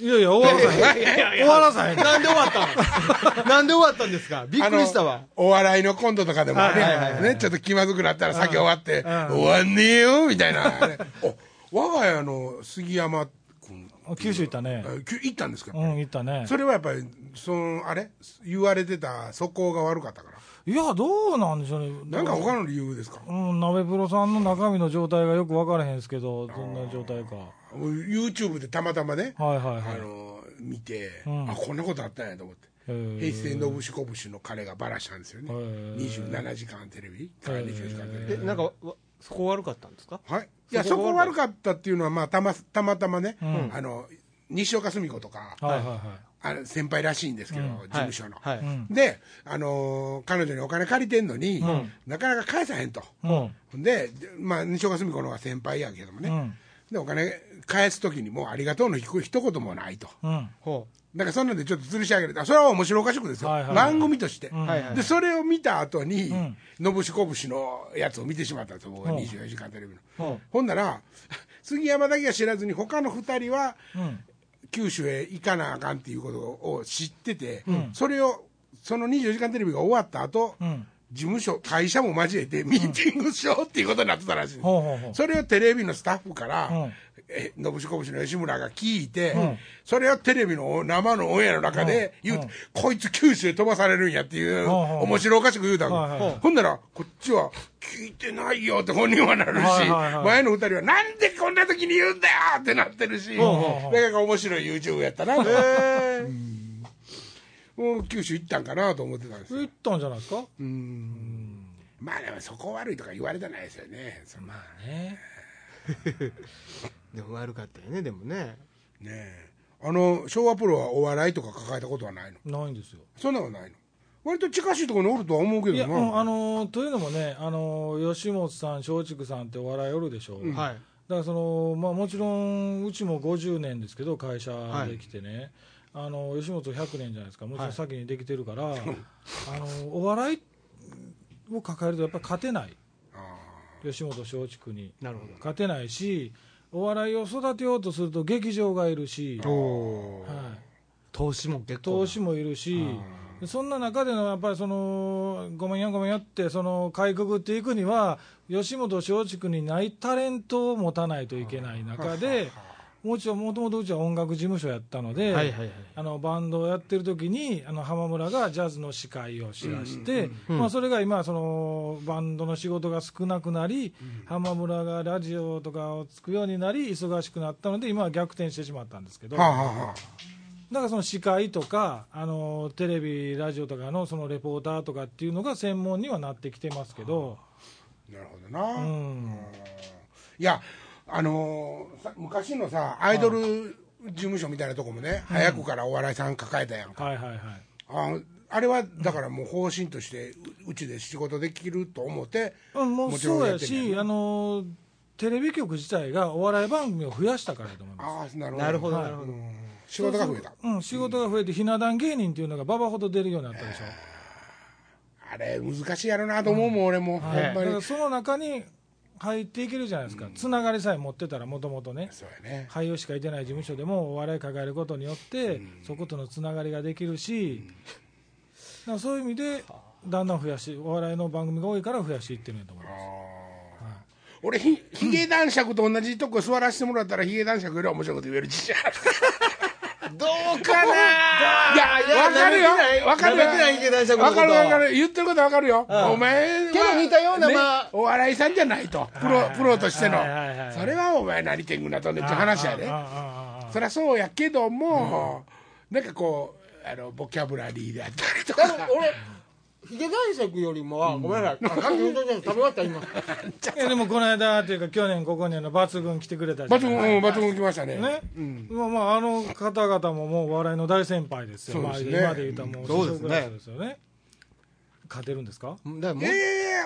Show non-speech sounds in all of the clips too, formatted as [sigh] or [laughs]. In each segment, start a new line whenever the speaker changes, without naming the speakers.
いやいや、終わらさへん。終わらさへん。
なんで終わったのなんで終わったんですかびっくりしたわ。
お笑いのコントとかでもあれ
はいはいはい
ね、ちょっと気まずくなったら先終わって、
ん
終わんねえよみたい [laughs] な。お我が家の杉山君、
九州行ったね。
あき行ったんですか
うん、行ったね。
それはやっぱり、その、あれ言われてた素行が悪かったから。
いや、どうなんでしょうね。
なんか他の理由ですか
うん、鍋プロさんの中身の状態がよく分からへんですけど、どんな状態か。
YouTube でたまたまね、
はいはいは
あ
い。
の見て、
ん
あこんなことあったんやと思って、
へー
平成のぶしこぶしの彼がバラしたんですよね、
へー
27時間テレビから
へー
24時間テレビ、
え、なんか、わそこ悪かったんですか
はい、いやそ
そ
こ
こ
悪かったっていうのは、まあ、たまたまたまね、
ん
あの西岡澄子とか、
はいはいは
あの先輩らしいんですけど、事務所の。
はい。はい
い。うん。
で、あのー彼女にお金借りてんのに、
ん
なかなか返さへんと、
うん。
で、まあ、西岡澄子の方が先輩やけどもね、
うん
でお金返すときに、もうありがとうのひく一言もないと、
うん。
ほ
なんかそんなんでちょっと吊るし上げるあそれは面白おかしくですよ、
はいはい
番組として、
う。はいはい
で。それを見た後に、
ん
のぶしこぶしのやつを見てしまったんですよ、僕は
うん
24時間テレビの。
ほ
ほんなら、 [laughs] 杉山だけは知らずに、他の2人は
うん。
九州へ行かなあかんっていうことを知ってて、それを、その24時間テレビが終わった後、
うん。
事務所、会社も交えて、ミーティングしようっていうことになってたらしいんです、
ほうほうほう。
それをテレビのスタッフから、
うん
えのぶしこぶしの吉村が聞いて、
ん
それをテレビの生のオンエアの中で言うて、こいつ九州へ飛ばされるんやっていう、
んうん
面白おかしく言うたわけ、
はいはい
ほんなら、こっちは、聞いてないよって本人はなるし、
はいはいはい
前の二人は、なんでこんな時に言うんだよってなってるし、
んうん
なかなか面白い YouTube やったなと、
う。えー
もう九州行ったんかなと思ってたんですよ
行ったんじゃないですか
まあでもそこ悪いとか言われてないですよね。その
まあね。でも悪かったよね、でもね。
ねえあの昭和プロはお笑いとか抱えたことはないの
ないんですよ。
そんなことないの割と近しいところにおるとは思うけ
いや、
ど
う
なん
あのーというのもね、あのー吉本さん、松竹さんってお笑いおるでしょう。
は
だか
い。
らその、まあ、もちろんうちも50年ですけど会社できてね、あの吉本100年じゃないですかもちろん先にできてる [laughs] から、あのお笑いを抱えるとやっぱり勝てない吉本松竹に
なるほど。
勝てないしお笑いを育てようとすると劇場がいるし、は
おー
い、
投資も結構。
投資もいるし、そんな中でのやっぱりその、ごめんよ、ごめんよって、そのかいくぐっていくには、吉本松竹にないタレントを持たないといけない中で、もちろん、もともとうちは音楽事務所やったので、
はいはいはい。
あのバンドをやってる時にあの浜村がジャズの司会をしだして、まあ、それが今そのバンドの仕事が少なくなり、浜村がラジオとかをつくようになり忙しくなったので今は逆転してしまったんですけど、
はあ、はあはあ、
だからその司会とかあのテレビラジオとかのそのレポーターとかっていうのが専門にはなってきてますけど、
なるほどな、
う
うん
ん、
いやあのーさ昔のさアイドル事務所みたいなとこもね、早くからお笑いさん抱えたやんか、
はいはいはい
ああれはだからもう方針としてううちで仕事できると思って、
うんもう
もちろん
そう
や
や
ってる
し
やん
あのテレビ局自体がお笑い番組を増やしたからだと思います
ああなるほど
なるほ
はい
ど、なるほど。
仕事が増えた
うん、仕事が増えて、ひな壇芸人っていうのが馬場ほど出るようになったでしょ、
あれ難しいやろなと思うもん、俺も、
はい
やっぱ
だ
り
からその中に入っていけるじゃないですか、つながりさえ持ってたら、もともとね、
そうやね
俳優しかいてない事務所でもお笑い抱えることによって、そことのつながりができるし、だからそういう意味で、だんだん増やして、お笑いの番組が多いから増やしていってるんやと思います。
俺ひ、ヒゲ男爵と同じとこ座らせてもらったら、ヒゲ男爵よりは面白いこと言える自信ある。
どうかない
いや、わかるよ。わかるよ。
なめてない池田社
わかるわかる。言ってることわかるよ。お前は
けど似たような
ね
まあ
お笑いさんじゃないと。プロ、プロとしての
はいはいはいは。い
それはお前何天狗なとねって話やで
あ。ああああ
そりゃそうやけども、なんかこう、あの、ボキャブラリーであったりとか。
俺、ヒゲ男爵よりもは、ごめん [laughs] なさい。あ関係ない食べ終わった、今。
いやでもこの間というか、去年、ここにあの抜群来てくれたじゃ
バ
な
ト
い
ン、うん、バトン来ましたね。
ね、まあまああの方々ももうお笑いの大先輩ですよ。
そうですね
まあ今で言うたらもう
そうです
師匠ク
ね
ラスですよね。勝てるんですか？
だからもう
え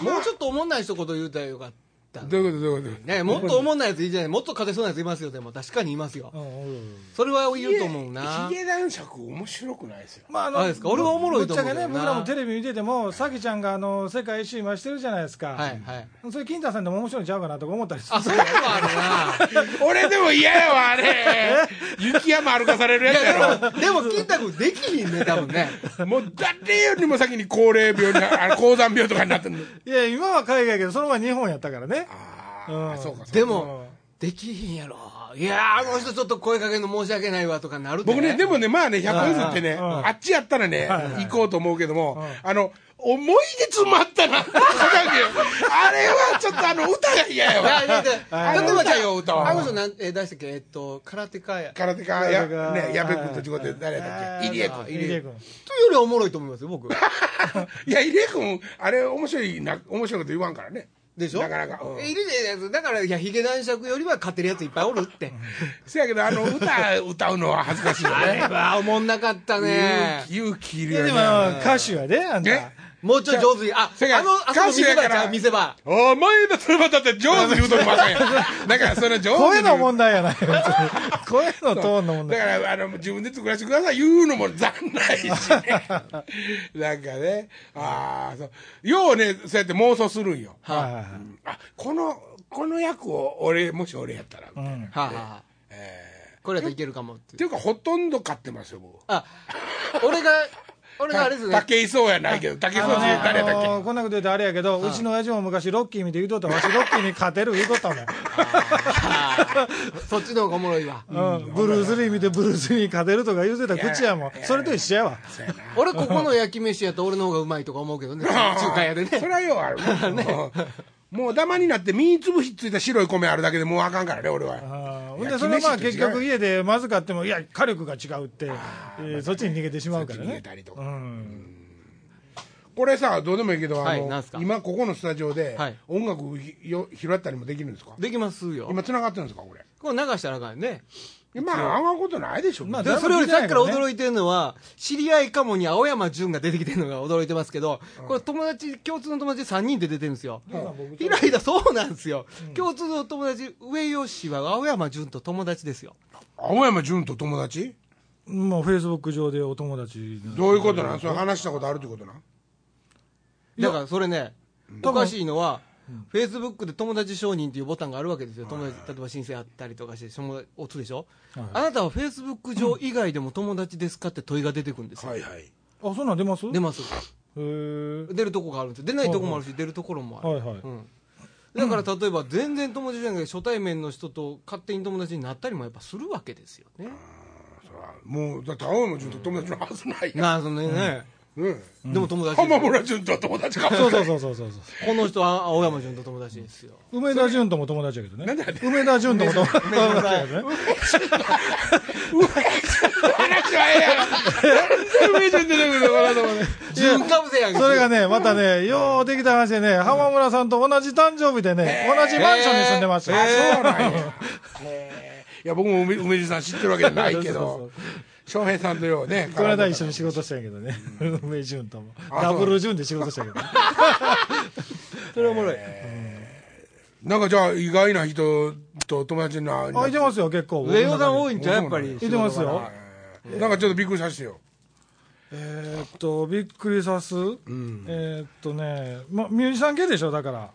え、
も
も
う
う
ちょっとおもんない一言言うたらよかっった
どういうことどういうこと
ねもっとおもんないやついいじゃないもっと勝てそうなやついますよでも確かにいますよ
うんおるおる
それはいると思うな
ヒゲ男爵面白くないですよ
まあ、あ
あれですか俺はおもろいと思うけ
ぶ
ど
っち
な
ゃけね、僕らもテレビ見てても、さきちゃんがあの世界一周今してるじゃないですか、
はいはい
それ、金太さんでも面白いんちゃうかなとか思ったりする
あそういうのはあるな
俺でも嫌やわあれ [laughs] 雪山歩かされるやつや
でも、金太君できひんね、多分
[laughs]
ね。
ろもう誰よりも先に高齢病にあ高山病とかになってんの
いや、今は海外やけど、その前、日本やったからね、
[laughs] あ
う
あ、
ん
そうかそうか
でも、できひんやろ。いやー、あの人ちょっと声かけんの申し訳ないわとかなるって、
僕ね、でもね、まあね、100譲ってね、
うんうん
あっちやったらね、
はいはい
行こうと思うけども、
う
あの、思い出詰まったな、 [laughs] 片桐あれはちょっとあの、歌が嫌や
い [laughs] や、
わ。
いやいや
はい
例えばじゃあ、
歌よ歌は
あの人なん、えー、出してっけ、えっと、空手家や。と
空手家や、
空手家
ね、矢部君と違って誰だっけ入江君。
入江君、
いうよりはおもろいと思いますよ、僕。
[laughs] いや、入江君、あれ面白いな、面白いこと言わんからね。
でしょ
なかなかうん
えいるじゃないですか。だから、いや、ヒゲ男爵よりは勝てるやついっぱいおる
[laughs]
って。
せやけど、あの、歌、歌うのは恥ずかしいよ
あれ
ね。
は、おもんなかったね。
勇気い
い
る
や
よ
で
ね
も。歌手はね、あんた、
ね
もうちょい上手に。あ、あ
せや
の、あそこ見
歌手
せ
や
場
か
じ
ら
ゃあ見せ場。
お前だ、それまたって上手に言うとくまかんやん。だから、それ上手に。
声の問題や [laughs] ない、本当に声のトーンの問
だ
題。
からあの自分で作らせてください言うのも残ないし、ね、なんかねああそうようねそうやって妄想するんよ
はいはいはい
あこのこの役を俺もし俺やったら、
う
っ
ん
はあ、はあ、これやったらいけるかもっていう
ていうかほとんど買ってますよ僕
あ、俺が、俺があれですね。
竹井壮やないけど竹井
あ
壮
のね
や誰やったっ
あ
け、
のーこんなこと言うとあれやけど、うちの親父も昔、ロッキー見て言うとったわ、わし、ロッキーに勝てる言うとったもん。
あーそっちの方がおもろいわ。
うん、ブルース・リー見てブルース・リーに勝てるとか言うてた口やもん
いや
それと一緒やわ
そうやな
俺ここの焼き飯やと俺の方がうまいとか思うけどね。中華屋でね
[laughs] そ。れはようある
[laughs]
なうんもうダマになって身につぶひっついた白い米あるだけでもうあかんからね俺は
あーほ
い
ん
や
でそれはまあ
決め
結
して違う
局家でまずかってもいや火力が違うって、えーそっちに逃げてしまうから
逃げ
ね
たりとか
うん
これさどうでもいいけどあ
はい
の、
なんすか
今ここのスタジオで
はい
音楽をひよ拾ったりもできるんですか
できますよ。
今繋がってるんですかこれ
これ流したらあかんね。
今あんまことないでしょ、
まあ
で
だいぶ
それよりさっきから
見てないから
驚いてるのは、知り合いかもに青山純が出てきてるのが驚いてますけど、これ友達、共通の友達3人で出てるんですよ。平井田そうなんですよ。共通の友達、上吉は青山純と友達ですよ。
青山純と友達
もうフェイスブック上でお友達なんで
どういうことなんそれ話したことあるってことなん
だからそれね、おかしいのは、フェイスブックで友達承認っていうボタンがあるわけですよ、友達例えば申請あったりとかして、そのおつでしょ、あなたはフェイスブック上以外でも友達ですかって問いが出てくるんですよ、
はいはい
あそんなん出ます
出ます、
へー
出るとこがあるんですよ、出ないとこもあるし、出るところもある、
はいはい
うんだから例えば、全然友達じゃない初対面の人と勝手に友達になったりもやっぱするわけですよね。
そらもうだって青山純と友達のはずないや
なあそのね、
ん、うん、
でも友達です
浜
よ
村純とは友達か
そうそうそうそうそうそう
この人は青山純と友達ですよ。
梅田潤とも友達やけどね
なんでやね
梅田潤とも友達やけどね
話はええやろ全然純出てくるのかなと思
[laughs]
って
純かぶせやん
[laughs]
け
それがねまたねようできた話でね浜村さんと同じ誕生日でね同じマンションに住んでましたよ
あそうなんや。へえいや、僕も梅梅地さん知ってるわけじゃないけど、翔平さんとようね、
この間一緒に仕事したんやけどね、梅潤とも、
あ
ダブル潤で仕事したんやけど、
それおもろい。
なんかじゃあ、意外な人と友達にな、
空いてますよ、結構、
上尾さん多いんちゃうやっぱり。
いてますよ、
なんかちょっとびっくりさせてよ。
えーっと、びっくりさす、えーっとね、ま、ミュージシャン系でしょ、だから、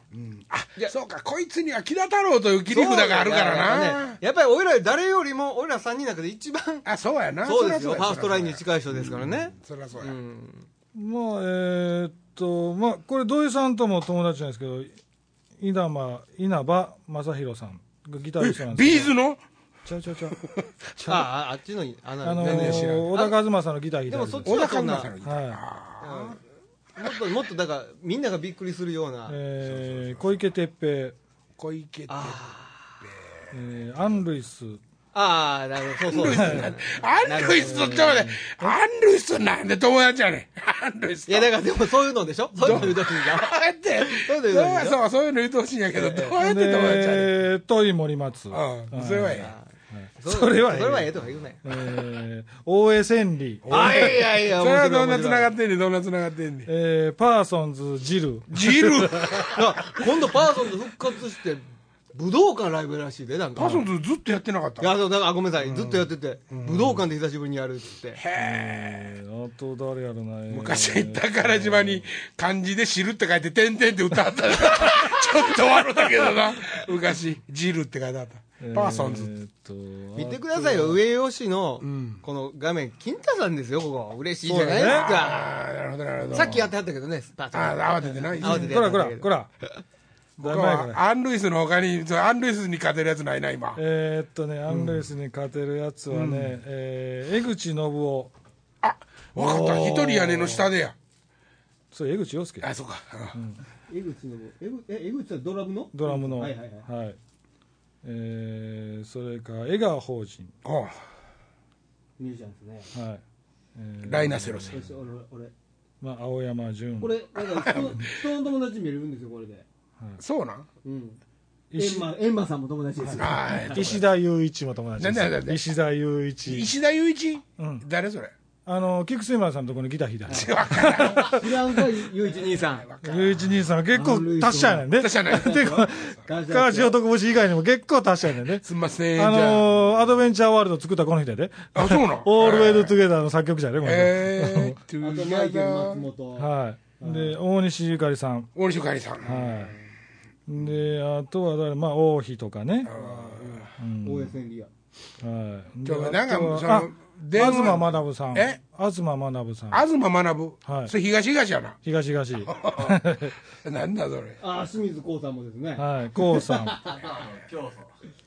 あ、そうか、こいつには木田太郎という切り札があるからな。
やっぱり俺ら誰よりも、俺ら3人の中で一番、
あ、そうやな。
そうですよ、
そ
フ
ら
ァー
そうや
ストラインに。近い人ですからね。
そりゃそうや。
まあ、えーっと、まあ、これ、土井さんとも友達なんですけど、稲葉稲葉正宏さんがギタリストなんです
ビ
け
ーズの
ど、ちゃうちゃ
[laughs]
うちゃう、
ああ、あっちの、あ
あの
の、
ー
全然知らん
小田和正のギター弾い
で
て
も
る
そっち
小
は
田
そ
和
んな、
正の
も
ギター
はい
っともっとだから、みんながびっくりするような、
えー小池徹平、
小池って。
えーアン・ルイス、
ああ、なるほど、そうそうそう。
アン・ルイスとちょっと待って、アン・ルイスなんで友達やねん。アン・ルイス
い
と。
や、だからでもそういうのでしょそういうの言うときに
どうやって、
そうだよ
[laughs] そうやそうそういうの言うてほしいんやけど、どうやって友達やねん
で、トイ森松。
うん、それはえ
それはええ
それはええとか言うね。
えー、大江千里、
あ、いやいや、
それはどんな
面
繋
白い
がってんねん、どんな繋がってんねん。
えー、パーソンズ、ジル、
ジル
[laughs] 今度パーソンズ復活して、武道館ライブらしいで、なんか。
パーソンズずっとやってなかった
いや、そう、だから、あごめんなさい。ずっとやってて、武道館で久しぶりにやるっつって。
えー、あと誰やろな、えー
昔行ったから島に漢字で「汁」って書いて「点々」って歌ったち
[laughs]
ょっと悪だけどな昔「汁」って書いてあったパーソンズ、
えーっと、
見てくださいよ、上吉の、この画面、金太さんですよ、ここ。嬉しいじゃないですか。
ああなるほどなるほど
さっきやってはったけどね、パーソンズ
ああ慌ててな
慌てて
こらこら、こら。
こ
だい
こ
ぶ前から。
はアン・ルイスの他にそうアン・ルイスに勝てるやつないな今
えー、っとね、アン・ルイスに勝てるやつはね、えー江口信夫、
あ分かった
おー
一人屋根の下でや
それ江口洋介、
あそうか、
江口の、えぐえ江口はドラムの
ドラムの、
はいはいは
はいえーそれから江川法人、
おう
ミュージシャンですね。
はいえー
ライナセロス
俺、俺、
まあ、青山純、
れ、なんか人、人の友達見れるんですよ、これで。
そうなん
うん。
石
マ、エンマさんも友達ですよ。
あーえっと
石田雄一も友達です
なんでなんで
石田雄一
石田雄一、
うん
誰それ
あのキックスイマーさんのところにギター弾いた
知らんか、ゆういち兄さん。
雄一兄さんは結構達者やねんね
達
[laughs]
者なんや
結構
感謝
川内男星以外にも結構達者やねんね
すんません
あ
じゃ
のーアドベンチャーワールド作ったこの人やで
ああそうなん
オールウェイドトゥゲザーの作曲者やでこの人
えー、ト
あ
ゥ
と、
ギ
マ
ャ
イケル
ザ
松本。
ー
はい。で、大西ゆかりさん。
大西ゆかりさん、
はい。で、あとは誰、まあ、王妃とかね。
大江千里や。
はい。
ちょ
で
なんか
あとは
その
あ
電話
東学さん。
え
東学さん。
東学、
はい
それ東東やな
東東。は
[laughs] なんだそれ
ああ、清水光さんもですね。
い。こうさ
[laughs]
ん。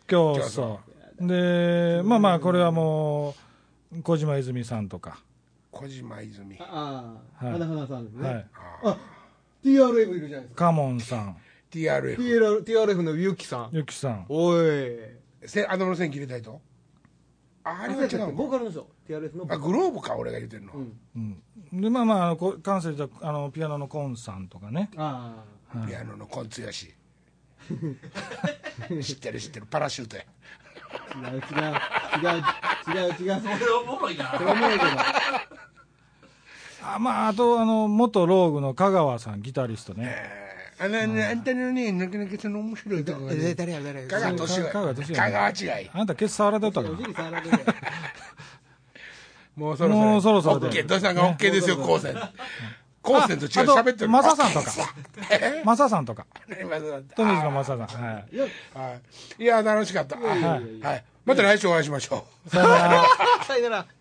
教祖。で、まあまあ、これはもう、小島泉さんとか。
小島泉
ああ、
はい
花花さんです
は
ね
い。。
TRF いるじゃないですか。
カモンさん。
TRF
TRF TRF のゆきさん。
ゆきさん。
おい。
せ頭の線切れたいとああれは違う
ボー
の
カルの人。TRF のボ
あ
ーカ
グローブか俺が言ってるの、
ん
うん。で、まあまああの、こ関西であの、ピアノのコンさんとかね。
ル。ああ。
ピアノのコンツヨシ [laughs] 知ってる知ってるパラシュートや
違う違う違う違う違う
これおもろいな
それ思うけど
あまあ、あと、あの、元ローグの香川さん、ギタリストね。
あのねあんたのねなかなかその面白いとこがね
誰や誰
香川敏
香川
夫
敏夫
香川違い
あなた、ケツ触られてたか
お
な
尻触られて
もうそろそろ
もうそろそろ
オ
で
ッケーどうしたんかオッケーですよ高専高専と違う
ああ
喋って
と、
る
マサさんと
[laughs]
か
え。
マサさんとか。
今そうだった
富士のマサさん。はい。
[laughs] いや
はいいや楽しかったはいはいまた来週お会いしましょう
さよなら。
さよなら。